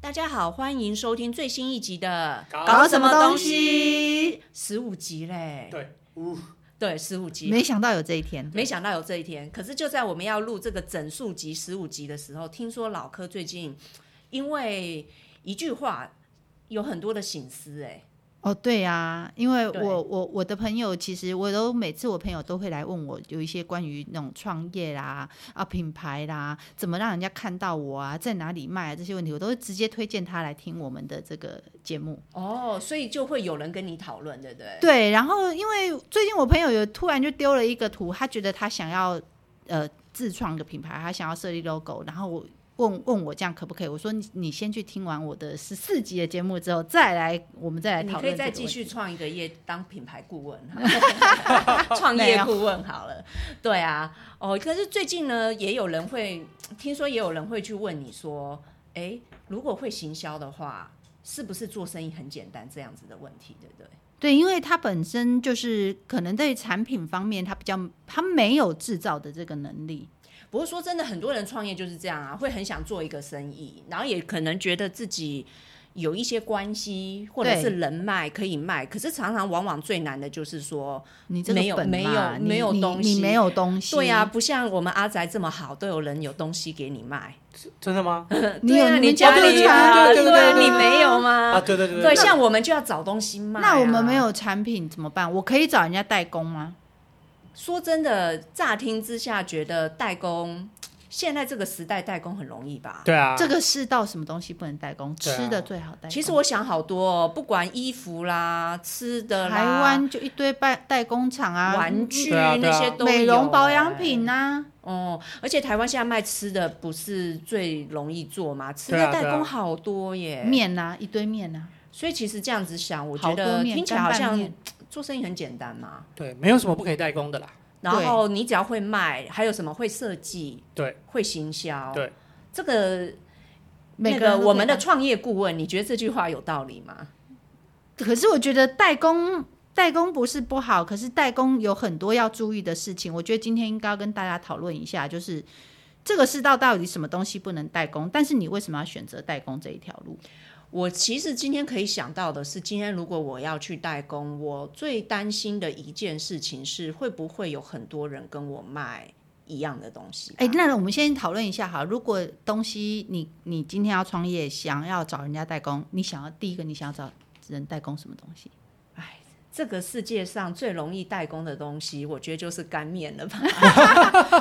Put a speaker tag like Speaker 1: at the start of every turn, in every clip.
Speaker 1: 大家好，欢迎收听最新一集的
Speaker 2: 搞
Speaker 1: 什么东
Speaker 3: 西？
Speaker 1: 十五集嘞，
Speaker 2: 对，呜，
Speaker 1: 对，十五集。
Speaker 3: 没想到有这一天，
Speaker 1: 没想到有这一天，可是就在我们要录这个整数集十五集的时候，听说老柯最近因为一句话有很多的醒思、哎，
Speaker 3: 哦，对啊，因为
Speaker 1: 对
Speaker 3: 我我我的朋友，其实我都每次我朋友都会来问我有一些关于那种创业啦、啊品牌啦，怎么让人家看到我啊，在哪里卖啊这些问题，我都会直接推荐他来听我们的这个节目。
Speaker 1: 哦，所以就会有人跟你讨论，对不对？
Speaker 3: 对，然后因为最近我朋友有突然就丢了一个图，他觉得他想要呃自创个品牌，他想要设立 logo，然后我问问我这样可不可以？我说你你先去听完我的十四集的节目之后，再来我们再来
Speaker 1: 你
Speaker 3: 讨论。
Speaker 1: 可以再继续创一个业，当品牌顾问， 创业顾问好了。对啊，哦，可是最近呢，也有人会听说，也有人会去问你说，哎，如果会行销的话，是不是做生意很简单这样子的问题，对不对？
Speaker 3: 对，因为他本身就是可能对产品方面，他比较他没有制造的这个能力。
Speaker 1: 不过说真的，很多人创业就是这样啊，会很想做一个生意，然后也可能觉得自己有一些关系或者
Speaker 3: 对
Speaker 1: 是人脉可以卖，可是常常往往最难的就是说，
Speaker 3: 你这
Speaker 1: 没有
Speaker 3: 个本
Speaker 1: 没有
Speaker 3: 嘛你
Speaker 1: 没有
Speaker 3: 你
Speaker 1: 东西
Speaker 3: 你没有东西。
Speaker 1: 对呀、啊，，不像我们阿宅这么好，都有人有东西给你卖。
Speaker 2: 真的吗？
Speaker 3: 你
Speaker 1: 对
Speaker 3: 有
Speaker 1: 啊，
Speaker 3: 你
Speaker 1: 你
Speaker 3: 们
Speaker 1: 家
Speaker 2: 对
Speaker 1: 里
Speaker 2: 对
Speaker 1: 啊，
Speaker 2: 对对对对对
Speaker 1: 你没有
Speaker 2: 啊，
Speaker 1: 吗？
Speaker 2: 对对对
Speaker 1: 对，像我们就要找东西卖啊。
Speaker 3: 那我们没有产品怎么办？我可以找人家代工吗？
Speaker 1: 说真的，乍听之下觉得代工，现在这个时代代工很容易吧？
Speaker 2: 对啊，
Speaker 3: 这个世道什么东西不能代工？
Speaker 2: 对啊
Speaker 3: 吃的最好代工。
Speaker 1: 其实我想好多、哦，不管衣服啦、吃的啦、
Speaker 3: 台湾就一堆代代工厂啊，
Speaker 1: 玩具、
Speaker 2: 对啊对
Speaker 1: 那
Speaker 2: 啊
Speaker 1: 些都有
Speaker 3: 美容保养品啊，
Speaker 1: 哎哦，而且台湾现在卖吃的不是最容易做嘛，吃
Speaker 2: 对
Speaker 1: 的
Speaker 2: 啊对啊
Speaker 1: 代工好多耶。
Speaker 3: 面啊，一堆面啊。
Speaker 1: 所以其实这样子想，我觉
Speaker 3: 好
Speaker 1: 得
Speaker 3: 多面
Speaker 1: 听起来好
Speaker 3: 干拌
Speaker 1: 像
Speaker 3: 面
Speaker 1: 做生意很简单嘛。
Speaker 2: 对，没有什么不可以代工的啦。
Speaker 1: 然后你只要会卖，还有什么会设计，
Speaker 2: 对，
Speaker 1: 会行销，
Speaker 2: 对，
Speaker 1: 这个
Speaker 3: 每
Speaker 1: 那
Speaker 3: 个人都可以
Speaker 1: 我们的
Speaker 3: 代
Speaker 1: 创业顾问，你觉得这句话有道理吗？
Speaker 3: 可是我觉得代工代工不是不好，可是代工有很多要注意的事情。我觉得今天应该要跟大家讨论一下，就是这个世道到底什么东西不能代工，但是你为什么要选择代工这一条路？
Speaker 1: 我其实今天可以想到的是，今天如果我要去代工，我最担心的一件事情是，会不会有很多人跟我卖一样的东西吧？
Speaker 3: 哎，那我们先讨论一下哈，如果东西你你今天要创业，想要找人家代工，你想要第一个你想要找人代工什么东西？
Speaker 1: 这个世界上最容易代工的东西，我觉得就是干面了吧？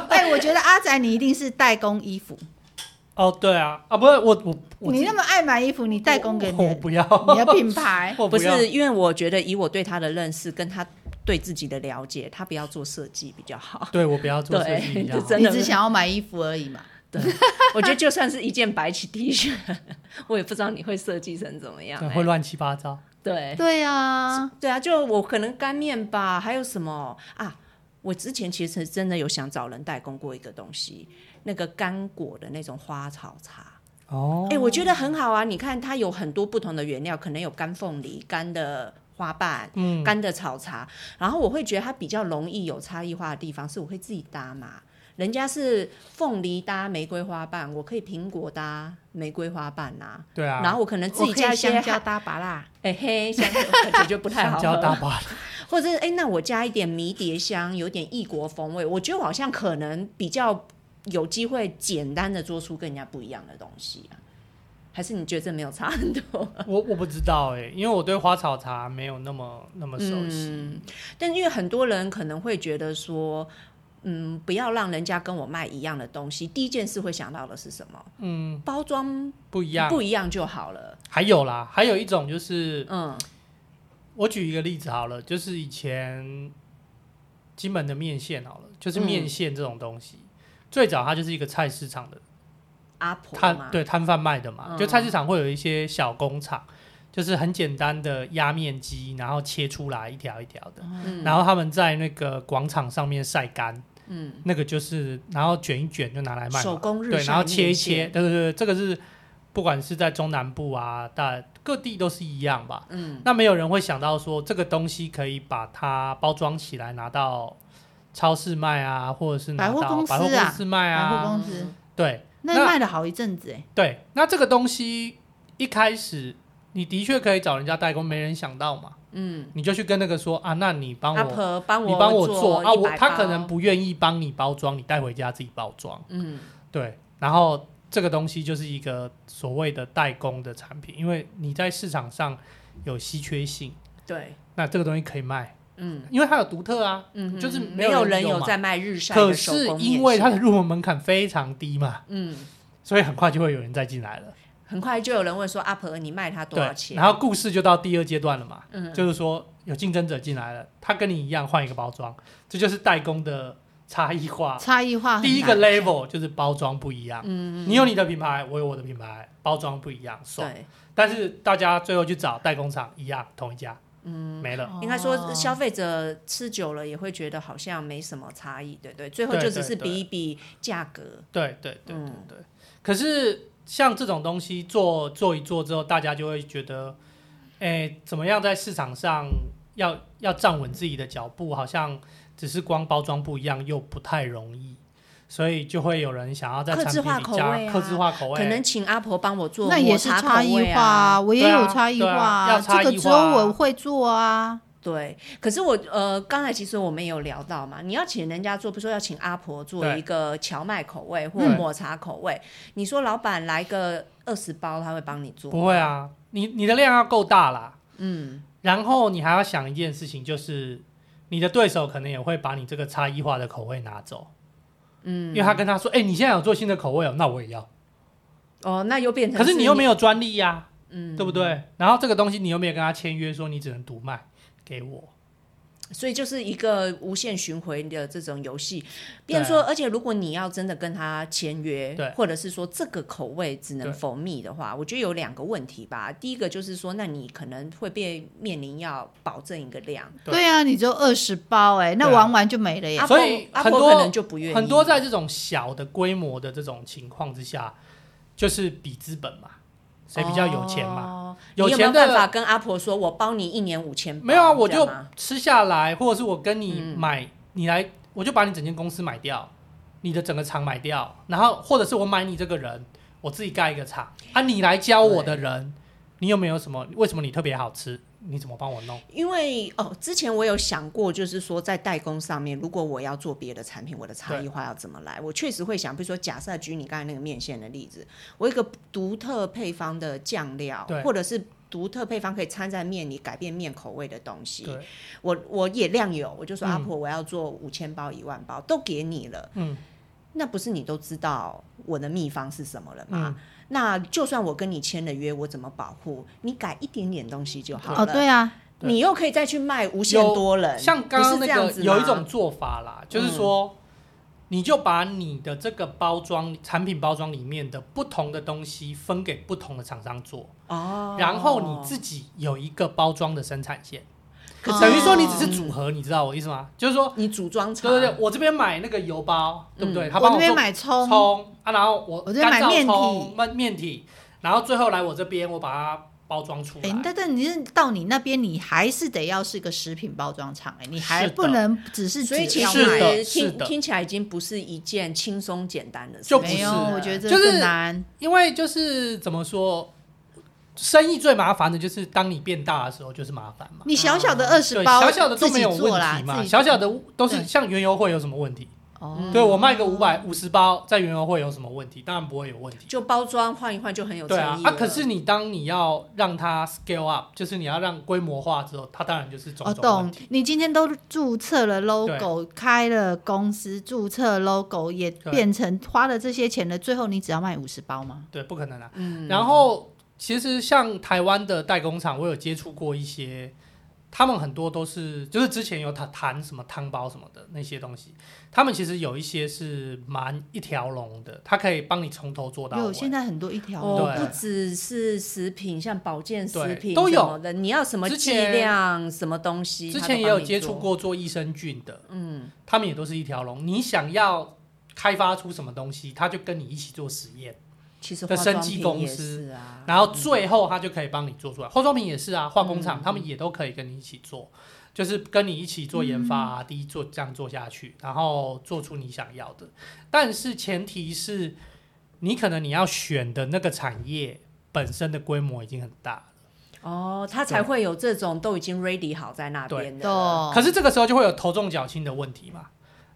Speaker 3: 哎，我觉得阿仔你一定是代工衣服，
Speaker 2: 哦，对啊，啊，不是我我我
Speaker 3: 你那么爱买衣服，你代工给你
Speaker 2: 我
Speaker 3: 的
Speaker 2: 不要，
Speaker 3: 你的
Speaker 2: 。
Speaker 3: 品牌
Speaker 2: 我
Speaker 1: 不
Speaker 2: 要，
Speaker 1: 是，因为我觉得以我对他的认识跟他对自己的了解，他不要做设计比较好。
Speaker 2: 对我不要做
Speaker 1: 对
Speaker 2: 设计一样
Speaker 1: 就。真
Speaker 3: 你
Speaker 1: 的
Speaker 3: 只想要买衣服而已嘛？
Speaker 1: 我觉得就算是一件白旗 T 恤，我也不知道你会设计成怎么样、
Speaker 2: 对，
Speaker 1: 哎
Speaker 2: 会乱七八糟。
Speaker 1: 对
Speaker 3: 对啊，
Speaker 1: 对啊，就我可能干面吧，还有什么啊？我之前其实真的有想找人代工过一个东西，那个干果的那种花草茶。
Speaker 2: 哦
Speaker 1: 哎、，我觉得很好啊！你看，它有很多不同的原料，可能有干凤梨、干的花瓣、
Speaker 2: 嗯，
Speaker 1: 干的草茶。然后我会觉得它比较容易有差异化的地方是，我会自己搭嘛。人家是凤梨搭玫瑰花瓣，我可以苹果搭玫瑰花瓣呐、
Speaker 2: 对啊，
Speaker 1: 然后我可能自
Speaker 3: 我
Speaker 1: 己
Speaker 3: 可
Speaker 1: 加
Speaker 3: 以
Speaker 1: 一些
Speaker 3: 香蕉搭拔啦，
Speaker 1: 哎、嘿，香蕉感觉就不太好
Speaker 2: 香
Speaker 1: 喝。
Speaker 2: 蕉大把，
Speaker 1: 或者是哎，那我加一点迷迭香，有点异国风味，我觉得我好像可能比较有机会简单的做出跟人家不一样的东西啊。还是你觉得这没有差很多？
Speaker 2: 我我不知道哎，因为我对花草茶没有那么那么熟悉。
Speaker 1: 嗯但因为很多人可能会觉得说，嗯，不要让人家跟我卖一样的东西。第一件事会想到的是什么？
Speaker 2: 嗯，
Speaker 1: 包装
Speaker 2: 不一样。
Speaker 1: 不一样就好了。
Speaker 2: 还有啦，还有一种就是
Speaker 1: 嗯，
Speaker 2: 我举一个例子好了，就是以前金门的面线好了，就是面线这种东西，最早它就是一个菜市场的
Speaker 1: 阿婆
Speaker 2: 摊
Speaker 1: 嘛，
Speaker 2: 对摊贩卖的嘛，
Speaker 1: 嗯
Speaker 2: 就菜市场会有一些小工厂，就是很简单的压面机，然后切出来一条一条的，
Speaker 1: 嗯
Speaker 2: 然后他们在那个广场上面晒干，
Speaker 1: 嗯，
Speaker 2: 那个就是然后卷一卷就拿来卖嘛，
Speaker 1: 手工日
Speaker 2: 对，然后
Speaker 1: 晒
Speaker 2: 切一
Speaker 1: 面
Speaker 2: 切，
Speaker 1: 线，
Speaker 2: 对对对，这个是不管是在中南部啊，大各地都是一样吧。
Speaker 1: 嗯，
Speaker 2: 那没有人会想到说这个东西可以把它包装起来拿到超市卖啊，或者是拿
Speaker 3: 百货
Speaker 2: 到
Speaker 3: 公司
Speaker 2: 百
Speaker 3: 啊
Speaker 2: 货公司卖
Speaker 3: 百货
Speaker 2: 啊。
Speaker 3: 公司
Speaker 2: 对
Speaker 3: 那
Speaker 2: 那
Speaker 3: 卖了好一阵子哎，
Speaker 2: 对，那这个东西一开始你的确可以找人家代工，没人想到嘛，
Speaker 1: 嗯，
Speaker 2: 你就去跟那个说啊，那你帮
Speaker 1: 阿
Speaker 2: 我，
Speaker 1: 婆帮我
Speaker 2: 你帮我
Speaker 1: 做
Speaker 2: 啊，我
Speaker 1: 100
Speaker 2: 他可
Speaker 1: 包
Speaker 2: 能不愿意帮你包装，你带回家自己包装，
Speaker 1: 嗯
Speaker 2: 对，然后这个东西就是一个所谓的代工的产品，因为你在市场上有稀缺性，
Speaker 1: 对
Speaker 2: 那这个东西可以卖，
Speaker 1: 嗯
Speaker 2: 因为它有独特啊，
Speaker 1: 嗯，
Speaker 2: 就是
Speaker 1: 嗯
Speaker 2: 没
Speaker 1: 没
Speaker 2: 有人
Speaker 1: 人
Speaker 2: 有
Speaker 1: 有
Speaker 2: 嘛
Speaker 1: 在卖日晒
Speaker 2: 可
Speaker 1: 的手
Speaker 2: 是
Speaker 1: 工
Speaker 2: 因
Speaker 1: 面
Speaker 2: 为
Speaker 1: 线
Speaker 2: 它的入门门槛非常低嘛，
Speaker 1: 嗯。
Speaker 2: 所以很快就会有人再进来了。
Speaker 1: 很快就有人问说：“阿婆，你卖他多
Speaker 2: 对
Speaker 1: 少，钱？”
Speaker 2: 然后故事就到第二阶段了嘛，
Speaker 1: 嗯
Speaker 2: 就是说有竞争者进来了，他跟你一样换一个包装，这就是代工的差异化。
Speaker 3: 差异化很
Speaker 2: 第一个
Speaker 3: 难
Speaker 2: level 就是包装不一样，
Speaker 1: 啊嗯，嗯
Speaker 2: 你有你的品牌，我有我的品牌，包装不一样，爽。
Speaker 1: 对，
Speaker 2: 但是大家最后去找代工厂一样，同一家，嗯，没了。
Speaker 1: 应该说
Speaker 3: 哦
Speaker 1: 消费者吃久了也会觉得好像没什么差异，对不对？最后
Speaker 2: 对
Speaker 1: 就
Speaker 2: 对
Speaker 1: 只是
Speaker 2: 对
Speaker 1: 比一比价格，
Speaker 2: 对对对对
Speaker 1: 嗯
Speaker 2: 对。可是像这种东西做做一做之后，大家就会觉得，哎，怎么样在市场上要要站稳自己的脚步，好像只是光包装不一样又不太容易，所以就会有人想要在
Speaker 1: 客
Speaker 2: 产
Speaker 1: 制
Speaker 2: 品
Speaker 1: 化
Speaker 2: 里
Speaker 1: 口
Speaker 2: 加
Speaker 1: 味啊
Speaker 2: 客制化口味，
Speaker 1: 可能请阿婆帮我做
Speaker 3: 那也
Speaker 1: 抹
Speaker 3: 是
Speaker 1: 茶
Speaker 3: 差
Speaker 1: 口
Speaker 3: 异
Speaker 1: 味
Speaker 3: 化
Speaker 1: 啊。
Speaker 3: 我也
Speaker 2: 对啊
Speaker 3: 有差异
Speaker 2: 对
Speaker 3: 化，
Speaker 2: 啊要差
Speaker 3: 这
Speaker 2: 异
Speaker 3: 个只有
Speaker 2: 化啊
Speaker 3: 我会做啊。
Speaker 1: 对，可是我呃，刚才其实我们也有聊到嘛，你要请人家做，比如说要请阿婆做
Speaker 2: 对
Speaker 1: 一个荞麦口味或
Speaker 2: 嗯
Speaker 1: 抹茶口味，你说老板来个二十包，他会帮你做？
Speaker 2: 不会，啊，你你的量要够大啦，
Speaker 1: 嗯，
Speaker 2: 然后你还要想一件事情，就是你的对手可能也会把你这个差异化的口味拿走，嗯，因为他跟他说，哎、你现在有做新的口味哦，那我也 要，
Speaker 1: 哦，那又变成
Speaker 2: 可是你又没
Speaker 1: 有，
Speaker 2: 有专利呀、
Speaker 1: 嗯，
Speaker 2: 对不对？然后这个东西你又没有跟他签约，说你只能独卖给我，
Speaker 1: 所以就是一个无限巡回的这种游戏，
Speaker 2: 对啊
Speaker 1: 变成说，而且如果你要真的跟他签约
Speaker 2: 对，
Speaker 1: 或者是说这个口味只
Speaker 2: 对
Speaker 1: 能否密的话，我觉得有两个问题吧。第一个就是说，那你可能会被面临要保证一个量，
Speaker 2: 对
Speaker 3: 对啊，你只有二十包哎、那
Speaker 2: 对啊
Speaker 3: 玩完就没了耶。
Speaker 1: 阿
Speaker 2: 所
Speaker 1: 婆
Speaker 2: 以
Speaker 1: 阿
Speaker 2: 很
Speaker 1: 婆
Speaker 2: 多
Speaker 1: 可能就不愿意啊
Speaker 2: 很多在这种小的规模的这种情况之下，就是比资本嘛，谁比较有钱嘛？
Speaker 1: 哦你
Speaker 2: 有
Speaker 1: 有没有
Speaker 2: 钱的
Speaker 1: 办法跟阿婆说，我包你一年五千？
Speaker 2: 没有啊，我
Speaker 1: 这样
Speaker 2: 就
Speaker 1: 吗嗯
Speaker 2: 吃下来，或者是我跟你买，你来，我就把你整间公司买掉，你的整个厂买掉，然后或者是我买你这个人，我自己盖一个厂啊，你来教我的人，你有没有什么？为什么你特别好吃？你怎么帮我弄？
Speaker 1: 因为哦，之前我有想过，就是说在代工上面，如果我要做别的产品，我的差异化要怎么来？我确实会想，比如说，假设举你刚才那个面线的例子，我有一个独特配方的酱料
Speaker 2: 对，
Speaker 1: 或者是独特配方可以掺在面里改变面口味的东西，
Speaker 2: 对，
Speaker 1: 我我也量有，我就说、
Speaker 2: 嗯
Speaker 1: 阿婆，我要做五千包、一万包，都给你了，
Speaker 2: 嗯，
Speaker 1: 那不是你都知道我的秘方是什么了吗？
Speaker 2: 嗯
Speaker 1: 那就算我跟你签了约，我怎么保护？你改一点点东西就好了。
Speaker 3: 哦，对啊，
Speaker 2: 对
Speaker 1: 你又可以再去卖无限多人，
Speaker 2: 像刚刚
Speaker 1: 不
Speaker 2: 那
Speaker 1: 呃是这样子吗
Speaker 2: 个
Speaker 1: 嗯
Speaker 2: 有一种做法啦，就是说，你就把你的这个包装产品包装里面的不同的东西分给不同的厂商做，
Speaker 1: 哦，
Speaker 2: 然后你自己有一个包装的生产线，
Speaker 1: 可是
Speaker 2: 等于说你只是组合，你知道我意思吗？就是说，
Speaker 1: 你组装厂，
Speaker 2: 对对对，我这边买那个油包，对不对？他
Speaker 3: 我
Speaker 2: 帮
Speaker 3: 那
Speaker 2: 做
Speaker 3: 边买葱，
Speaker 2: 葱啊，然后我
Speaker 3: 我这边买
Speaker 2: 干燥
Speaker 3: 面体
Speaker 2: 葱面面体，然后最后来我这边，我把它包装出
Speaker 3: 哎、
Speaker 2: 来。
Speaker 3: 但但你是到你那边，你还是得要是个食品包装厂哎，你还
Speaker 2: 是的
Speaker 3: 不能只是
Speaker 1: 所以
Speaker 3: 只
Speaker 1: 其
Speaker 3: 要
Speaker 2: 是的
Speaker 3: 卖。
Speaker 1: 实
Speaker 2: 是
Speaker 1: 听
Speaker 2: 的
Speaker 1: 听起来已经不是一件轻松简单的事，
Speaker 2: 就不
Speaker 3: 没有，
Speaker 2: 是
Speaker 3: 我觉得这
Speaker 2: 就是
Speaker 3: 更难。
Speaker 2: 因为就是怎么说，生意最麻烦的就是当你变大的时候，就是麻烦嘛。
Speaker 3: 你小小的二十
Speaker 2: 对，
Speaker 3: 包，
Speaker 2: 小小的都
Speaker 3: 自
Speaker 2: 没
Speaker 3: 己
Speaker 2: 有问
Speaker 3: 做啦
Speaker 2: 题，嘛，
Speaker 3: 自己
Speaker 2: 小小
Speaker 3: 做
Speaker 2: 的都是
Speaker 3: 对
Speaker 2: 像原油会有什么问题？
Speaker 3: 哦，
Speaker 2: 对我卖个五百五十包，在原油会有什么问题？当然不会有问题。
Speaker 1: 就包装换一换就很有
Speaker 2: 对啊
Speaker 1: 诚意，
Speaker 2: 啊，
Speaker 1: 了
Speaker 2: 可是你当你要让它 scale up，就是你要让规模化之后，它当然就是种
Speaker 3: 我
Speaker 2: 种问
Speaker 1: 哦
Speaker 3: 懂
Speaker 2: 题。，
Speaker 3: 你今天都注册了 logo，开了公司，注册 logo 也
Speaker 2: 对
Speaker 3: 变成花了这些钱了，最后你只要卖五十包吗？
Speaker 2: 对，不可能啊。
Speaker 1: 嗯，
Speaker 2: 然后其实像台湾的代工厂，我有接触过一些，他们很多都是就是之前有谈谈什么汤包什么的那些东西，他们其实有一些是蛮一条龙的，它可以帮你从头做到
Speaker 3: 有
Speaker 2: 尾。
Speaker 3: 现在很多一条龙
Speaker 1: 哦，
Speaker 2: 对
Speaker 1: 不只是食品，像保健食
Speaker 2: 对
Speaker 1: 品
Speaker 2: 都有
Speaker 1: 什么的，你要什么
Speaker 2: 之
Speaker 1: 剂
Speaker 2: 前
Speaker 1: 量、什么东西，
Speaker 2: 之
Speaker 1: 他
Speaker 2: 前
Speaker 1: 都
Speaker 2: 也有
Speaker 1: 帮你
Speaker 2: 接触
Speaker 1: 做，
Speaker 2: 过做益生菌的，
Speaker 1: 嗯，
Speaker 2: 他们也都是一条龙。你想要开发出什么东西，他就跟你一起做实验。
Speaker 1: 其实
Speaker 2: 的
Speaker 1: 化
Speaker 2: 生
Speaker 1: 妆
Speaker 2: 技
Speaker 1: 品
Speaker 2: 公
Speaker 1: 也
Speaker 2: 司
Speaker 1: 是啊，
Speaker 2: 然后最后他就可以帮你做出来。化妆品也是啊，化工
Speaker 3: 嗯
Speaker 2: 厂、他们也都可以跟你一起做，就是跟你一起做研发、
Speaker 3: 嗯
Speaker 2: 啊，第一做这样做下去，然后做出你想要的。但是前提是你可能你要选的那个产业本身的规模已经很大了。
Speaker 1: 哦，他才会有这种都已经 ready 好在那边的了。
Speaker 3: 懂
Speaker 2: 可是这个时候就会有头重脚轻的问题嘛。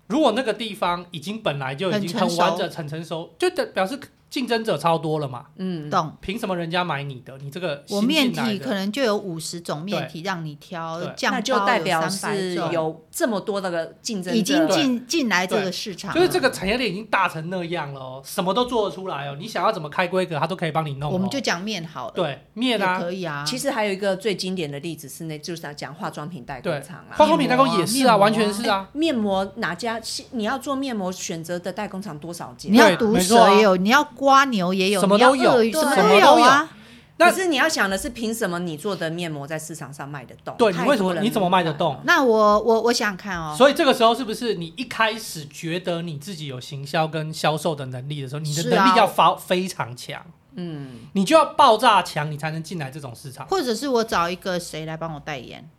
Speaker 2: 如果那个地方已经本来就已经
Speaker 3: 很成
Speaker 2: 很
Speaker 3: 熟
Speaker 2: 完整、很成熟，就等表示竞争者超多了嘛。
Speaker 1: 嗯，
Speaker 3: 懂。
Speaker 2: 凭什么人家买你的？你这个
Speaker 3: 我
Speaker 2: 新
Speaker 3: 面
Speaker 2: 进来
Speaker 3: 体
Speaker 2: 的
Speaker 3: 可能就有五十种面
Speaker 2: 对
Speaker 3: 体让你挑
Speaker 2: 对，
Speaker 3: 酱
Speaker 1: 那就
Speaker 3: 包
Speaker 1: 代
Speaker 3: 有
Speaker 1: 表
Speaker 3: 300
Speaker 1: 是
Speaker 3: 种
Speaker 1: 有这么多的个竞争者
Speaker 3: 已经
Speaker 2: 对
Speaker 3: 进进来这
Speaker 2: 对
Speaker 3: 个市场了，
Speaker 2: 就是这个产业链已经大成那样了哦，什么都做得出来哦。你想要怎么开规格，他都可以帮你弄哦。
Speaker 3: 我们就讲面好了，
Speaker 2: 对面
Speaker 3: 也
Speaker 2: 啊，
Speaker 3: 可以啊，
Speaker 1: 其实还有一个最经典的例子是那，就是讲化妆品代工厂啊哎
Speaker 2: 化。妆品代工也是啊，
Speaker 3: 面膜啊
Speaker 2: 完全是啊。
Speaker 1: 面膜哪家？是你要做面膜，选择的代工厂多少
Speaker 3: 你
Speaker 1: 间？
Speaker 3: 要
Speaker 2: 对
Speaker 3: 毒
Speaker 2: 没错啊
Speaker 3: 蛇也有，你要刮牛也有，
Speaker 2: 什么都
Speaker 3: 你要鳄鱼
Speaker 1: 有
Speaker 3: 什
Speaker 1: 对
Speaker 3: 么都
Speaker 1: 什么都
Speaker 2: 有
Speaker 3: 啊，
Speaker 2: 那
Speaker 1: 可是你要想的是，凭什么你做的面膜在市场上卖得
Speaker 3: 啊
Speaker 1: 动？
Speaker 2: 对你
Speaker 1: 太多
Speaker 2: 为什么
Speaker 1: 人
Speaker 2: 你怎么卖得动
Speaker 1: 买？
Speaker 3: 那我我我想想看哦，
Speaker 2: 所以这个时候是不是你一开始觉得你自己有行销跟销售的能力的时候，你的
Speaker 3: 是啊
Speaker 2: 能力要发非常强，
Speaker 1: 嗯，
Speaker 2: 你就要爆炸强，你才能进来这种市场。
Speaker 3: 或者是我找一个谁来帮我代言，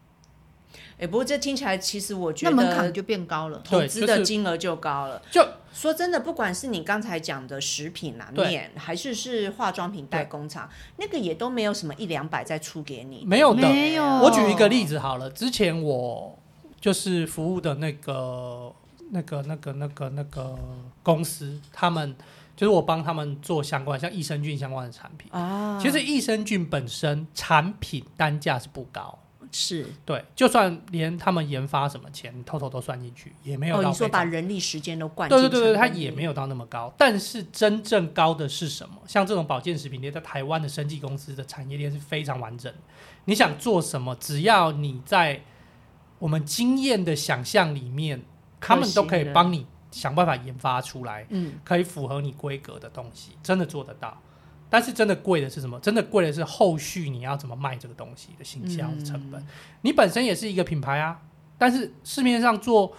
Speaker 1: 哎，不过这听起来，其实我觉
Speaker 3: 那门槛
Speaker 1: 得
Speaker 3: 就变高了。
Speaker 1: 投资
Speaker 2: 对就
Speaker 1: 的
Speaker 2: 是
Speaker 1: 金额就高了。
Speaker 2: 就
Speaker 1: 说真的，不管是你刚才讲的食品啊、
Speaker 2: 对
Speaker 1: 面，还是是化妆品代工厂，那个也都没有什么一两百再出给你。
Speaker 2: 没有的
Speaker 3: 没有
Speaker 2: 我举一
Speaker 1: 哦
Speaker 2: 个例子好了，之前我就是服务的那个、那个、那个、那个、那个公司，他们就是我帮他们做相关像益生菌相关的产品。
Speaker 1: 啊，
Speaker 2: 其实益生菌本身产品单价是不高，
Speaker 1: 是
Speaker 2: 对，就算连他们研发什么钱偷偷都算进去，也没有
Speaker 1: 哦，
Speaker 2: 到
Speaker 1: 你说
Speaker 2: 非常
Speaker 1: 把人力、时间都灌进
Speaker 2: 对对对对，
Speaker 1: 成
Speaker 2: 它
Speaker 1: 本
Speaker 2: 也
Speaker 1: 里
Speaker 2: 没有到那么高。但是真正高的是什么？像这种保健食品链，在台湾的生技公司的产业链是非常完整的。你想做什么，只要你在我们经验的想象里面，他们都可以帮你想办法研发出来，
Speaker 1: 嗯，
Speaker 2: 可以符合你规格的东西，真的做得到。但是真的贵的是什么？真的贵的是后续你要怎么卖这个东西的行销成本。
Speaker 1: 嗯
Speaker 2: 你本身也是一个品牌啊，但是市面上做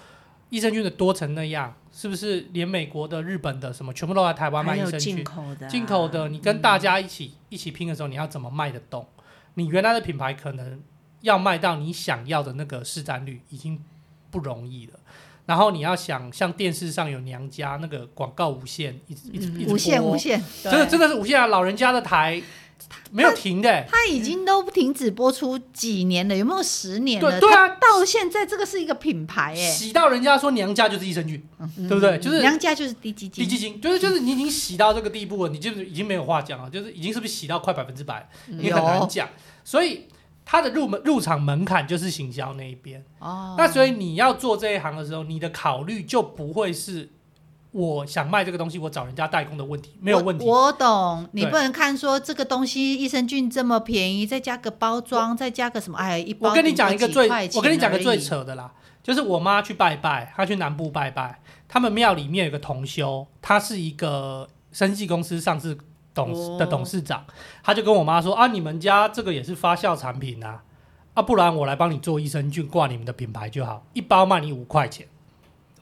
Speaker 2: 益生菌的多成那样，是不是连美国的、日本的什么全部都来台湾卖
Speaker 1: 还
Speaker 2: 益
Speaker 1: 有
Speaker 2: 生
Speaker 1: 进
Speaker 2: 菌？
Speaker 1: 口的啊、
Speaker 2: 进口的，你跟大家一起、一起拼的时候，你要怎么卖得动？你原来的品牌可能要卖到你想要的那个市占率已经不容易了。然后你要想像电视上有娘家那个广告无限，一
Speaker 1: 嗯
Speaker 2: 直一直一直
Speaker 3: 无限
Speaker 2: 播
Speaker 3: 无，限，
Speaker 1: 对
Speaker 2: 真的真的是无限啊！老人家的台没有停的、欸，
Speaker 3: 他已经都停止播出几年了，有没有十年
Speaker 2: 对
Speaker 3: 了？
Speaker 2: 对啊
Speaker 3: 它到现在这个是一个品牌哎，
Speaker 2: 洗到人家说娘家就是益生菌，对不对？
Speaker 1: 嗯
Speaker 2: 就是
Speaker 3: 娘家就是低基
Speaker 2: 低
Speaker 3: 金，
Speaker 2: 基金，就是就是你已经洗到这个地步了，你就是已经没有话讲了，就是已经是不是洗到快百分之百，
Speaker 3: 嗯
Speaker 2: 你很难
Speaker 3: 有
Speaker 2: 讲。所以它的入门入场门槛就是行销那一边。
Speaker 3: 哦，
Speaker 2: 那所以你要做这一行的时候，你的考虑就不会是我想卖这个东西，我找人家代工的问题，没有问题。
Speaker 3: 我。我懂，你
Speaker 2: 对
Speaker 3: 不能看说这个东西益生菌这么便宜，再加个包装，再加个什么，哎，一包
Speaker 2: 我跟你讲一
Speaker 3: 顶
Speaker 2: 个
Speaker 3: 多
Speaker 2: 最，
Speaker 3: 几块钱
Speaker 2: 我跟你讲个
Speaker 3: 而
Speaker 2: 最
Speaker 3: 已，
Speaker 2: 扯的啦，就是我妈去拜拜，她去南部拜拜，他们庙里面有个同修，他是一个生技公司上市董事
Speaker 1: 哦
Speaker 2: 的董事长，他就跟我妈说啊，你们家这个也是发酵产品啊，啊，不然我来帮你做益生菌，挂你们的品牌就好，一包卖你五块钱，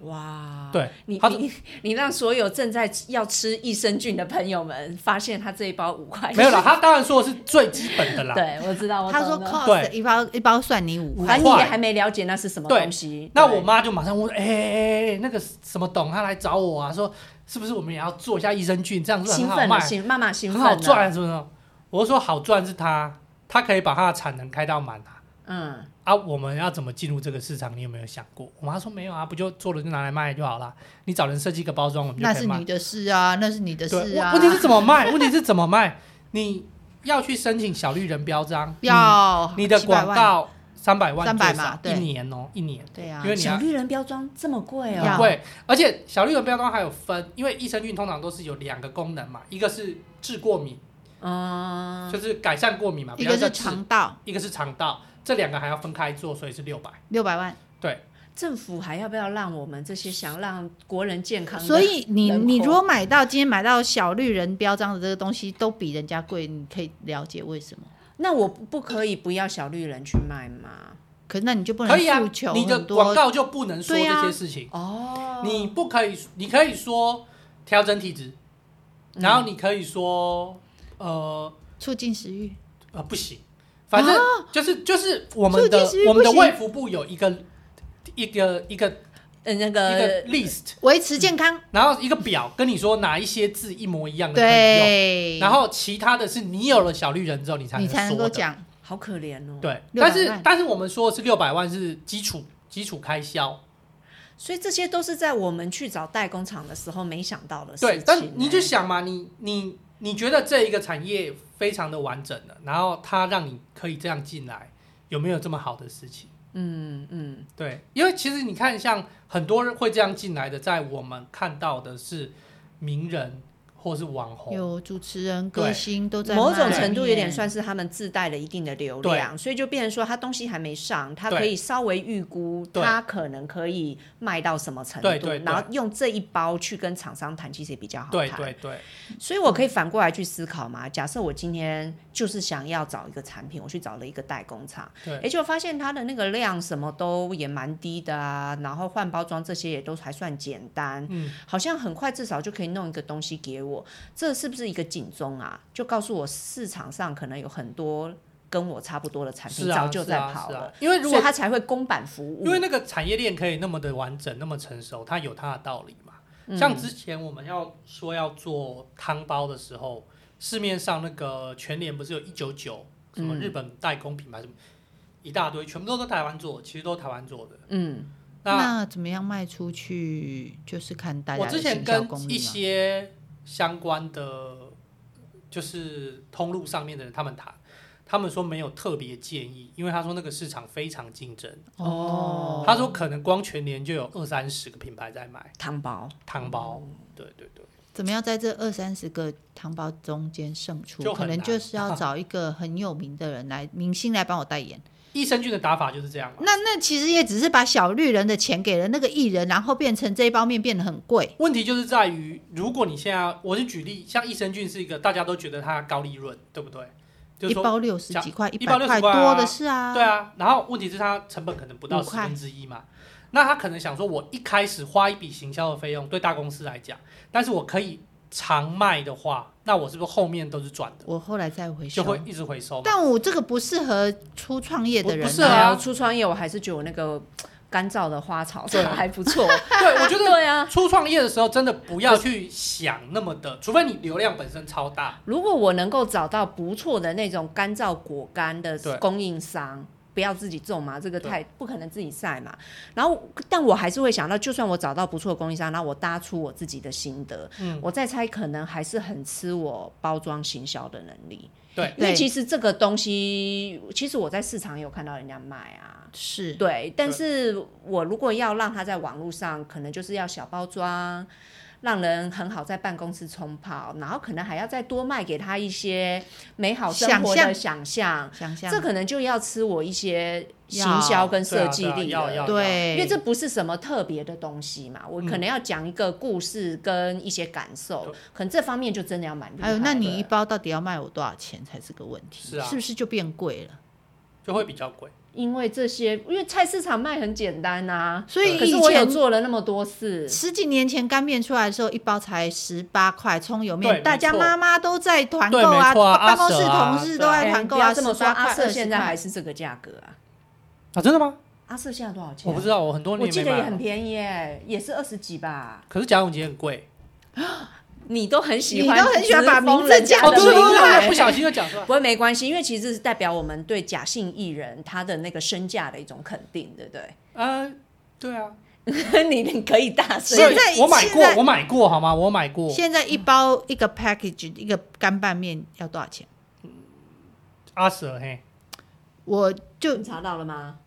Speaker 1: 哇，
Speaker 2: 对
Speaker 1: 啊你
Speaker 2: 他
Speaker 1: 你你让所有正在要吃益生菌的朋友们发现他这一包五块钱，
Speaker 2: 没 有啦，他当然说的是最基本的啦，
Speaker 1: 对我知道，我
Speaker 3: 他说
Speaker 1: 懂了
Speaker 3: cost
Speaker 2: 对
Speaker 3: 一包一包算你五
Speaker 1: 反
Speaker 3: 块
Speaker 1: 正
Speaker 2: 五
Speaker 1: 你
Speaker 2: 块
Speaker 1: 也还没了解那是什么
Speaker 2: 对
Speaker 1: 东西。
Speaker 2: 那
Speaker 1: 对
Speaker 2: 我妈就马上问说：“哎、哎哎，那个什么董他来找我啊，说是不是我们也要做一下益生菌，这样是不是
Speaker 1: 兴
Speaker 2: 很好
Speaker 1: 奋
Speaker 2: 卖
Speaker 1: 了，，兴妈妈兴
Speaker 2: 很
Speaker 3: 啊
Speaker 1: 奋
Speaker 2: 好
Speaker 1: 了，
Speaker 2: 赚，是不是？”我说：“好赚是他，他可以把他的产能开到满啊。
Speaker 1: 嗯，
Speaker 2: 啊，我们要怎么进入这个市场？你有没有想过？”我妈说：“没有啊，不就做了就拿来卖就好啦。你找人设计个包装，我们就
Speaker 3: 那
Speaker 2: 可以
Speaker 3: 是
Speaker 2: 卖
Speaker 3: 你。的事啊，那是你的
Speaker 2: 对，
Speaker 3: 事
Speaker 2: 问
Speaker 3: 啊，
Speaker 2: 问题是怎么卖？ 问题是怎么卖？你要去申请小绿人标章，
Speaker 3: 要
Speaker 2: 嗯你的
Speaker 3: 700
Speaker 2: 广
Speaker 3: 万，
Speaker 2: 告三百万
Speaker 3: 300
Speaker 2: 最
Speaker 3: 嘛
Speaker 2: 少
Speaker 3: 对
Speaker 2: 一年哦，一年。
Speaker 3: 对啊
Speaker 2: 因为你要
Speaker 1: 小绿人标装这么贵
Speaker 3: 要
Speaker 1: 哦，
Speaker 2: 对，而且小绿人标章还有分，因为益生菌通常都是有两个功能嘛，一个是治过敏，
Speaker 1: 嗯，
Speaker 2: 就是改善过敏嘛，
Speaker 3: 一
Speaker 2: 不
Speaker 3: 个
Speaker 2: 要叫
Speaker 3: 是
Speaker 2: 治，
Speaker 3: 肠道
Speaker 2: 一个是肠道，这两个还要分开做，所以是六百。
Speaker 3: 六百万，
Speaker 1: 政府还要不要让我们这些想让国人健康的？
Speaker 3: 所以你
Speaker 1: 人口
Speaker 3: 你如果买到今天买到小绿人标章的这个东西都比人家贵，你可以了解为什么。
Speaker 1: 那我不不可以不要小绿人去卖吗？
Speaker 3: 可是那你就不能
Speaker 2: 可以啊
Speaker 3: 诉求，
Speaker 2: 你的
Speaker 3: 很
Speaker 2: 广
Speaker 3: 多
Speaker 2: 告就不能说
Speaker 3: 对啊
Speaker 2: 这些事情，
Speaker 1: 哦，
Speaker 2: 你不可以，你可以说调整体质，
Speaker 3: 嗯
Speaker 2: 然后你可以说呃
Speaker 3: 促进食欲。
Speaker 2: 呃不行，反正
Speaker 3: 啊
Speaker 2: 就是就是我们
Speaker 3: 促进
Speaker 2: 的
Speaker 3: 食欲
Speaker 2: 我们的
Speaker 3: 不行
Speaker 2: 卫福部有一个一个一个
Speaker 1: 呃那
Speaker 2: 一个
Speaker 1: 个
Speaker 2: list，
Speaker 3: 维持健康，
Speaker 2: 然后一个表跟你说哪一些字一模一样的可以用，
Speaker 3: 对，
Speaker 2: 然后其他的是你有了小绿人之后你才
Speaker 3: 你才能
Speaker 2: 说
Speaker 3: 够
Speaker 2: 的。
Speaker 3: 讲，
Speaker 1: 好可怜哦。，
Speaker 2: 对，
Speaker 3: 600
Speaker 2: 但是
Speaker 3: 嗯万
Speaker 2: 但是我们说的是六百万是基础基础开销，
Speaker 1: 所以这些都是在我们去找代工厂的时候没想到的事情。欸
Speaker 2: 对，但你就想嘛，你你你觉得这一个产业非常的完整了，然后它让你可以这样进来，有没有这么好的事情？
Speaker 1: 嗯嗯，
Speaker 2: 对，因为其实你看，像很多人会这样进来的，在我们看到的是名人或是网红，
Speaker 3: 有主持人、歌
Speaker 2: 对
Speaker 3: 星都在
Speaker 1: 某
Speaker 3: 卖
Speaker 1: 种程度有点
Speaker 3: 面
Speaker 1: 算是他们自带了一定的流量，所以就变成说他东西还没上，他
Speaker 2: 对
Speaker 1: 可以稍微预估
Speaker 2: 对
Speaker 1: 他可能可以卖到什么程度，
Speaker 2: 对对对
Speaker 1: 然后用这一包去跟厂商谈，其实也比较好
Speaker 2: 对
Speaker 1: 谈。
Speaker 2: 对对，
Speaker 1: 所以我可以反过来去思考嘛？假设我今天就是想要找一个产品，我去找了一个代工厂，
Speaker 2: 对
Speaker 1: 诶，就发现它的那个量什么都也蛮低的啊，然后换包装这些也都还算简单，
Speaker 2: 嗯，
Speaker 1: 好像很快至少就可以弄一个东西给我，这是不是一个警钟啊？就告诉我市场上可能有很多跟我差不多的产品
Speaker 2: 是啊，
Speaker 1: 早就是在
Speaker 2: 啊，
Speaker 1: 跑
Speaker 2: 是
Speaker 1: 了，
Speaker 2: 啊，因为如
Speaker 1: 所以
Speaker 2: 果
Speaker 1: 它才会公版服务。
Speaker 2: 因为那个产业链可以那么的完整，那么成熟，它有它的道理嘛。
Speaker 3: 嗯
Speaker 2: 像之前我们要说要做汤包的时候，市面上那个全联不是有一九九什么
Speaker 1: 嗯
Speaker 2: 日本代工品牌什么一大堆，全部都是台湾做，其实都是台湾做的。
Speaker 1: 嗯
Speaker 2: 那
Speaker 3: 那怎么样卖出去，就是看大家
Speaker 2: 我
Speaker 3: 的
Speaker 2: 之前
Speaker 3: 行销
Speaker 2: 跟
Speaker 3: 功
Speaker 2: 一
Speaker 3: 力嘛。
Speaker 2: 些相关的，就是通路上面的人他们谈，他们说没有特别建议，因为他说那个市场非常竞争。
Speaker 1: 哦
Speaker 2: 他说可能光全联就有二三十个品牌在卖
Speaker 1: 汤包，
Speaker 2: 汤
Speaker 3: 哦
Speaker 2: 包，对对对。
Speaker 3: 怎么样在这二三十个糖包中间胜出
Speaker 2: 就，很
Speaker 3: 可能
Speaker 2: 难
Speaker 3: 就 是要找一个很有名的人来，明星来帮我代言。
Speaker 2: 益生菌的打法就是这样嘛。
Speaker 3: 那那其实也只是把小绿人的钱给了那个艺人，然后变成这一包面变得很贵。
Speaker 2: 问题就是在于，如果你现在，我是举例，像益生菌是一个大家都觉得它高利润，对不对？就是
Speaker 3: 一
Speaker 2: 说，
Speaker 3: 包六十
Speaker 2: 讲
Speaker 3: 几块，
Speaker 2: 一包
Speaker 3: 百
Speaker 2: 60
Speaker 3: 块
Speaker 2: 块啊
Speaker 3: 多的是啊。
Speaker 2: 对啊。然后问题是它成本可能不到
Speaker 3: 五
Speaker 2: 十
Speaker 3: 块
Speaker 2: 分之一嘛。那他可能想说，我一开始花一笔行销的费用，对大公司来讲，但是我可以常卖的话，那我是不是后面都是赚的，
Speaker 3: 我后来再回
Speaker 2: 就
Speaker 3: 收，
Speaker 2: 会一直回收嘛？
Speaker 3: 但我这个不适合初创业的人、啊，
Speaker 2: 不不是啊
Speaker 1: 我初创业我还是觉得我那个干燥的花草
Speaker 2: 对
Speaker 1: 还不错，
Speaker 2: 对，我觉得
Speaker 1: 对啊。
Speaker 2: 初创业的时候真的不要去想那么的，除非你流量本身超大，
Speaker 1: 如果我能够找到不错的那种干燥果干的
Speaker 2: 对
Speaker 1: 供应商，不要自己种嘛，这个
Speaker 2: 对
Speaker 1: 太不可能自己晒嘛。然后，但我还是会想到，就算我找到不错的供应商，然后我搭出我自己的心得，
Speaker 2: 嗯
Speaker 1: 我再猜可能还是很吃我包装行销的能力。
Speaker 2: 对
Speaker 1: 因为
Speaker 3: 对
Speaker 1: 其实这个东西，其实我在市场也有看到人家卖啊。
Speaker 3: 是
Speaker 1: 对，但是我如果要让它在网络上，可能就是要小包装，让人很好在办公室冲泡，然后可能还要再多卖给他一些美好生活的想象。
Speaker 3: 想象
Speaker 1: 这可能就要吃我一些行
Speaker 3: 要
Speaker 1: 销跟
Speaker 2: 对
Speaker 1: 设
Speaker 2: 啊
Speaker 1: 计
Speaker 2: 对啊
Speaker 1: 力
Speaker 2: 要
Speaker 1: 了。
Speaker 2: 要
Speaker 3: 对，
Speaker 1: 因为这不是什么特别的东西嘛，我可能要讲一个故事跟一些感受，
Speaker 2: 对
Speaker 1: 可能这方面就真的要蛮厉害
Speaker 3: 还
Speaker 1: 的。
Speaker 3: 有，哎那你一包到底要卖我多少钱才是个问题？
Speaker 2: 是啊
Speaker 3: 不是就变贵了？
Speaker 2: 就会比较贵。
Speaker 1: 因为这些，因为菜市场卖很简单呐、
Speaker 3: 所以
Speaker 1: 可是
Speaker 3: 以
Speaker 1: 我有
Speaker 3: 前
Speaker 1: 做了那么多次，
Speaker 3: 十几年前干面出来的时候，一包才十八块，葱油
Speaker 2: 对
Speaker 3: 面，
Speaker 2: 没
Speaker 3: 大家
Speaker 2: 错
Speaker 3: 妈妈都在团购
Speaker 2: 对没错啊
Speaker 3: 办公室
Speaker 2: 阿 Sir 啊
Speaker 3: 同
Speaker 2: 对
Speaker 3: 事都
Speaker 2: 啊
Speaker 3: 在
Speaker 1: 哎
Speaker 3: 团购
Speaker 1: 不要
Speaker 3: 啊，
Speaker 1: 这么说，
Speaker 3: 18块
Speaker 1: 阿瑟现在还
Speaker 3: 20
Speaker 1: 是这个价格啊？
Speaker 2: 啊，真的吗？
Speaker 1: 阿瑟现在多少钱？啊
Speaker 2: 我不知道，我很多
Speaker 1: 我
Speaker 2: 年
Speaker 1: 记
Speaker 2: 没
Speaker 1: 得
Speaker 2: 买啊
Speaker 1: 也
Speaker 2: 了
Speaker 1: 很便宜耶，也是二十几吧。
Speaker 2: 可是贾永杰很 贵
Speaker 1: 你都很喜
Speaker 3: 你
Speaker 1: 欢，
Speaker 3: 都很喜欢把名字讲
Speaker 1: 的
Speaker 3: 假
Speaker 2: 哦，
Speaker 3: 的
Speaker 2: 对
Speaker 3: 出
Speaker 2: 对
Speaker 3: 名
Speaker 2: 对
Speaker 3: 来
Speaker 2: 对，
Speaker 3: 牌
Speaker 2: 不小心就讲出来。
Speaker 1: 不会没关系，因为其实是代表我们对假性艺人他的那个身价的一种肯定，对不
Speaker 2: 呃，对啊，
Speaker 1: 对？ 你你可以大声
Speaker 3: 现在
Speaker 2: 对我买
Speaker 3: 现在
Speaker 2: 过，我买过好吗？我买过
Speaker 3: 现在一包一个 package 一个干拌面要多少钱？
Speaker 2: 阿 Sir 嘿，
Speaker 3: 我就
Speaker 1: 你查到了吗？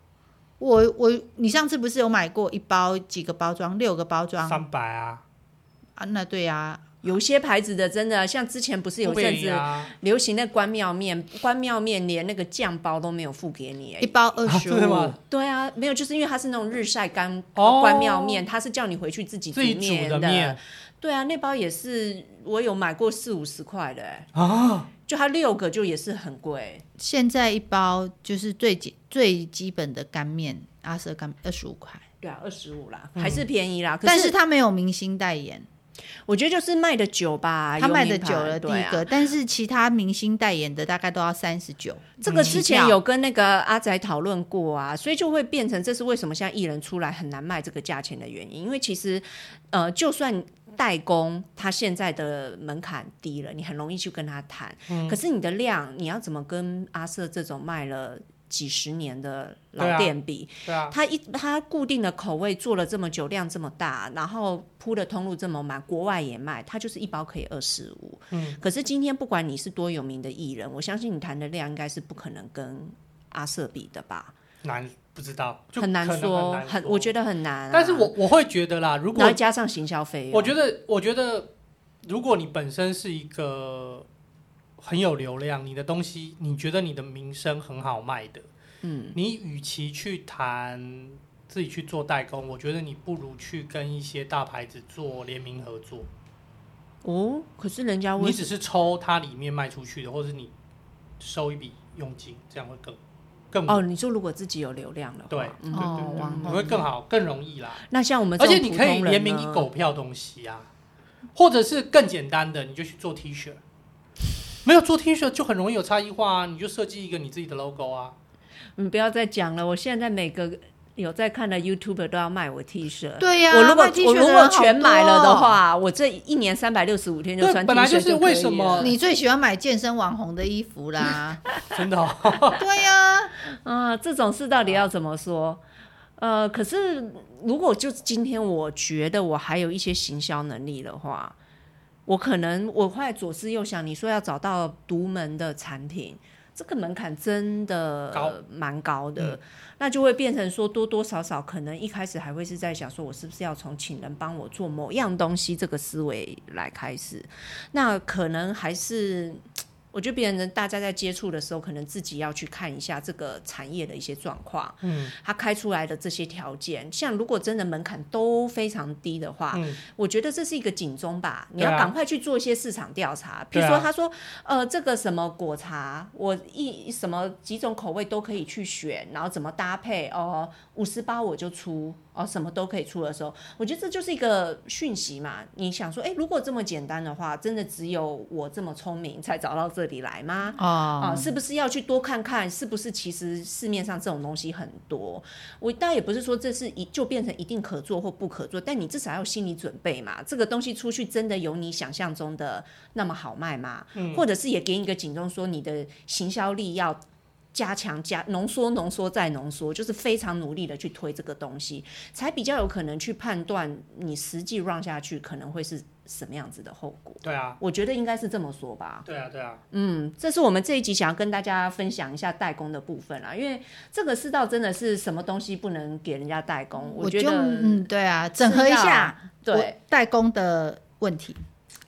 Speaker 3: 我我，你上次不是有买过一包几个包装，六个包装
Speaker 2: 三百啊，
Speaker 3: 啊？那对啊，
Speaker 1: 有些牌子的真的，像之前不是有
Speaker 2: 不
Speaker 1: 阵
Speaker 2: 便宜
Speaker 1: 子
Speaker 2: 啊，
Speaker 1: 流行那关庙面，关庙面连那个酱包都没有付给你耶
Speaker 3: 一，包二
Speaker 2: 啊
Speaker 3: 十
Speaker 2: 真的
Speaker 3: 五
Speaker 2: 吗，？
Speaker 1: 对啊，没有，就是因为它是那种日晒干呃
Speaker 2: 哦
Speaker 1: 关庙面，它是叫你回去自己
Speaker 2: 自己
Speaker 1: 面
Speaker 2: 煮的面
Speaker 1: 对啊，那包也是我有买过四五十块的、欸，
Speaker 2: 啊，
Speaker 1: 就它六个就也是很贵，
Speaker 3: 现在一包就是最基最基本的干面，阿瑟干二十五块，
Speaker 2: 嗯
Speaker 1: 对啊，二十五啦，还是便宜啦。可
Speaker 3: 但
Speaker 1: 是
Speaker 3: 是他没有明星代言，
Speaker 1: 我觉得就是卖的久吧，
Speaker 3: 他
Speaker 1: 啊有
Speaker 3: 卖
Speaker 1: 名
Speaker 3: 的
Speaker 1: 牌
Speaker 3: 久了，第
Speaker 1: 对
Speaker 3: 一
Speaker 1: 啊
Speaker 3: 个，但是其他明星代言的大概都要三十九。
Speaker 1: 这个之前
Speaker 3: 嗯
Speaker 1: 有跟那个阿仔讨论过啊，所以就会变成这是为什么现在艺人出来很难卖这个价钱的原因，因为其实呃，就算代工他现在的门槛低了，你很容易去跟他谈，
Speaker 2: 嗯
Speaker 1: 可是你的量你要怎么跟阿瑟这种卖了？几十年的
Speaker 2: 对
Speaker 1: 老
Speaker 2: 啊
Speaker 1: 店比，
Speaker 2: 对啊，
Speaker 1: 他一他固定的口味做了这么久，量这么大，然后铺的通路这么满，国外也卖，他就是一包可以二十五。
Speaker 2: 嗯，
Speaker 1: 可是今天不管你是多有名的艺人，我相信你谈的量应该是不可能跟阿瑟比的吧？
Speaker 2: 难不知道，就
Speaker 1: 很难
Speaker 2: 可能
Speaker 1: 说，
Speaker 2: 很难
Speaker 1: 很
Speaker 2: 说
Speaker 1: 我觉得很难啊、
Speaker 2: 但是我我会觉得啦，如
Speaker 1: 然
Speaker 2: 果
Speaker 1: 后加上行销费用，
Speaker 2: 我觉得，我觉得，如果你本身是一个很有流量，你的东西，你觉得你的名声很好卖的，嗯，你与其去谈自己去做代工，我觉得你不如去跟一些大牌子做联名合作，
Speaker 1: 哦，可是人家
Speaker 2: 你
Speaker 1: 为
Speaker 2: 只是抽它里面卖出去的，或者你收一笔佣金，这样会更更
Speaker 1: 哦，你说如果自己有流量的话，
Speaker 2: 对
Speaker 1: 嗯
Speaker 2: 对对
Speaker 3: 哦
Speaker 2: 对
Speaker 3: 网
Speaker 2: 对，你
Speaker 3: 红
Speaker 2: 会更好，更容易啦。
Speaker 1: 那像我们这
Speaker 2: 而
Speaker 1: 种
Speaker 2: 且你
Speaker 1: 普
Speaker 2: 可以
Speaker 1: 通人啊
Speaker 2: 联名以
Speaker 1: 呢
Speaker 2: 狗票东西啊，或者是更简单的，你就去做 T 恤。没有做 T 恤就很容易有差异化啊，你就设计一个你自己的 logo 啊。
Speaker 1: 你嗯不要再讲了，我现在每个有在看的 YouTube 都要卖我 T 恤。
Speaker 3: 对呀
Speaker 1: 我如果
Speaker 3: 卖 T
Speaker 1: 我
Speaker 3: 恤的
Speaker 1: 如
Speaker 3: 人
Speaker 1: 果
Speaker 3: 好
Speaker 1: 全买
Speaker 3: 多
Speaker 1: 了
Speaker 3: 哦
Speaker 1: 的话，我这一年三百六十五天就
Speaker 2: 对
Speaker 1: 穿 T
Speaker 2: 本来
Speaker 1: 恤
Speaker 2: 就是
Speaker 1: 就可以
Speaker 2: 为什么
Speaker 1: 了
Speaker 3: 你最喜欢买健身网红的衣服 啦？
Speaker 2: 真的、哦，
Speaker 3: 对呀、
Speaker 1: 啊，这种事到底要怎么说？呃，可是如果就是今天我觉得我还有一些行销能力的话，我可能我后来左思右想，你说要找到独门的产品，这个门槛真的
Speaker 2: 高
Speaker 1: 蛮高的，那就会变成说多多少少可能一开始还会是在想说我是不是要从请人帮我做某样东西这个思维来开始，那可能还是。我觉得别人大家在接触的时候，可能自己要去看一下这个产业的一些状况，
Speaker 2: 嗯
Speaker 1: 它开出来的这些条件，像如果真的门槛都非常低的话，
Speaker 2: 嗯，
Speaker 1: 我觉得这是一个警钟吧。你
Speaker 2: 对啊
Speaker 1: 要赶快去做一些市场调查，比
Speaker 2: 对啊
Speaker 1: 如说他说，呃，这个什么果茶，我一什么几种口味都可以去选，然后怎么搭配哦，五十包我就出哦，什么都可以出的时候，我觉得这就是一个讯息嘛。你想说，哎诶，如果这么简单的话，真的只有我这么聪明才找到这里来吗？
Speaker 3: 哦，
Speaker 1: 啊，是不是要去多看看？是不是其实市面上这种东西很多？我当然也不是说这是一就变成一定可做或不可做，但你至少要有心理准备嘛。这个东西出去真的有你想象中的那么好卖吗？或者是也给你一个警钟，说你的行销力要。加强加浓缩浓缩再浓缩，就是非常努力的去推这个东西，才比较有可能去判断你实际 run 下去可能会是什么样子的后果。
Speaker 2: 对啊，
Speaker 1: 我觉得应该是这么说吧。
Speaker 2: 对啊，对啊，
Speaker 1: 嗯，这是我们这一集想要跟大家分享一下代工的部分啦，因为这个世道真的是什么东西不能给人家代工，
Speaker 3: 我
Speaker 1: 觉
Speaker 3: 就
Speaker 1: 得
Speaker 3: 嗯，对啊，整合一下
Speaker 1: 对
Speaker 3: 我代工的问题，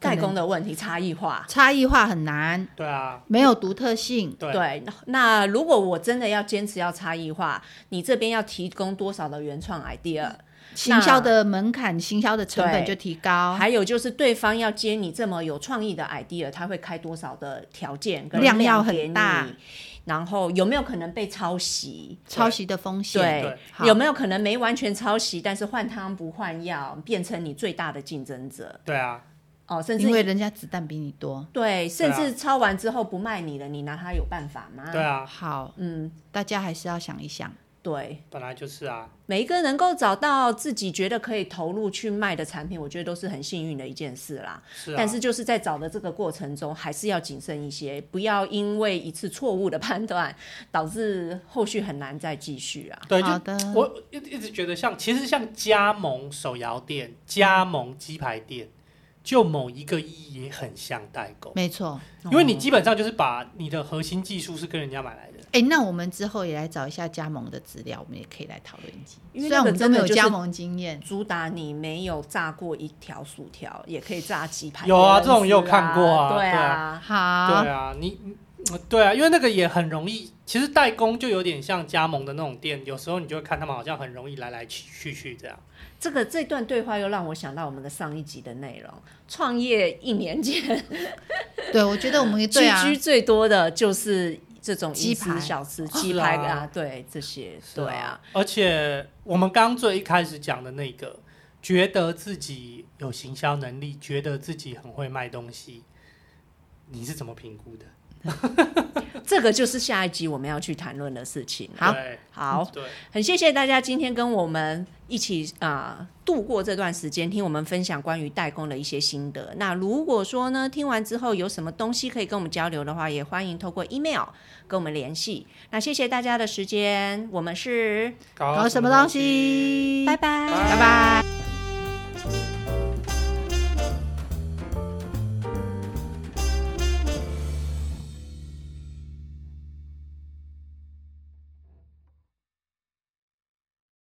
Speaker 3: 可
Speaker 1: 代
Speaker 3: 能
Speaker 1: 工的问题差异化。
Speaker 3: 差异化很难，
Speaker 2: 对啊，
Speaker 3: 没有独特性。
Speaker 2: 对
Speaker 1: 对，那如果我真的要坚持要差异化，你这边要提供多少的原创 idea？
Speaker 3: 嗯行销的门槛、行销的成本
Speaker 1: 对
Speaker 3: 就提高，
Speaker 1: 还有就是对方要接你这么有创意的 idea，他会开多少的条件跟
Speaker 3: 量要
Speaker 1: 要
Speaker 3: 很大，
Speaker 1: 然后有没有可能被抄袭？
Speaker 3: 抄袭的风险。
Speaker 1: 对，
Speaker 3: 好
Speaker 1: 有没有可能没完全抄袭，但是换汤不换药，变成你最大的竞争者？
Speaker 2: 对啊，
Speaker 1: 哦，甚
Speaker 3: 因为
Speaker 1: 至
Speaker 3: 人家子弹比你多。
Speaker 1: 对，甚
Speaker 2: 对啊
Speaker 1: 至抄完之后不卖你了，你拿它有办法吗？
Speaker 2: 对啊，
Speaker 3: 好，
Speaker 1: 嗯，
Speaker 3: 大家还是要想一想。
Speaker 1: 对，
Speaker 2: 本来就是啊，
Speaker 1: 每一个能够找到自己觉得可以投入去卖的产品，我觉得都是很幸运的一件事啦。
Speaker 2: 是啊，
Speaker 1: 但是就是在找的这个过程中，还是要谨慎一些，不要因为一次错误的判断，导致后续很难再继续啊。
Speaker 2: 对，就
Speaker 3: 好的，
Speaker 2: 我一一直觉得像，其实像加盟手摇店、加盟鸡排店，就某一个意义也很像代工，
Speaker 3: 没错。
Speaker 2: 因为
Speaker 1: 哦
Speaker 2: 你基本上就是把你的核心技术是跟人家买来的。
Speaker 3: 哎，那我们之后也来找一下加盟的资料，我们也可以来讨论一集。
Speaker 1: 因为
Speaker 3: 虽然
Speaker 1: 那个
Speaker 3: 我们都没有
Speaker 1: 真的就是
Speaker 3: 加盟经验，
Speaker 1: 主打你没有炸过一条薯条，也可以炸鸡排。
Speaker 2: 有啊这种
Speaker 1: 也
Speaker 2: 也有看过啊
Speaker 1: 对
Speaker 2: 对
Speaker 1: 啊
Speaker 2: 啊，
Speaker 3: 好
Speaker 2: 对，啊，你你嗯对啊，因为那个也很容易。其实代工就有点像加盟的那种店，有时候你就会看他们好像很容易来来去去去这样。
Speaker 1: 这个这段对话又让我想到我们的上一集的内容，创业一年间
Speaker 3: 对，我觉得我们 对
Speaker 1: 聚
Speaker 3: 啊，
Speaker 1: 居最多的就是这种饮
Speaker 3: 鸡
Speaker 1: 食
Speaker 3: 排
Speaker 1: 小吃、
Speaker 2: 是啊
Speaker 1: 鸡排啊，对这些，对啊，，
Speaker 2: 而且我们刚最一开始讲的那个，觉得自己有行销能力，觉得自己很会卖东西，你是怎么评估的？
Speaker 1: 这个就是下一集我们要去谈论的事情。
Speaker 3: 好
Speaker 2: 对
Speaker 1: 好，
Speaker 2: 对，
Speaker 1: 很谢谢大家今天跟我们一起啊、度过这段时间，听我们分享关于代工的一些心得。那如果说呢，听完之后有什么东西可以跟我们交流的话，也欢迎透过 email 跟我们联系。那谢谢大家的时间，我们是
Speaker 2: 搞
Speaker 3: 搞什么东？西？
Speaker 1: 拜拜
Speaker 3: 拜拜。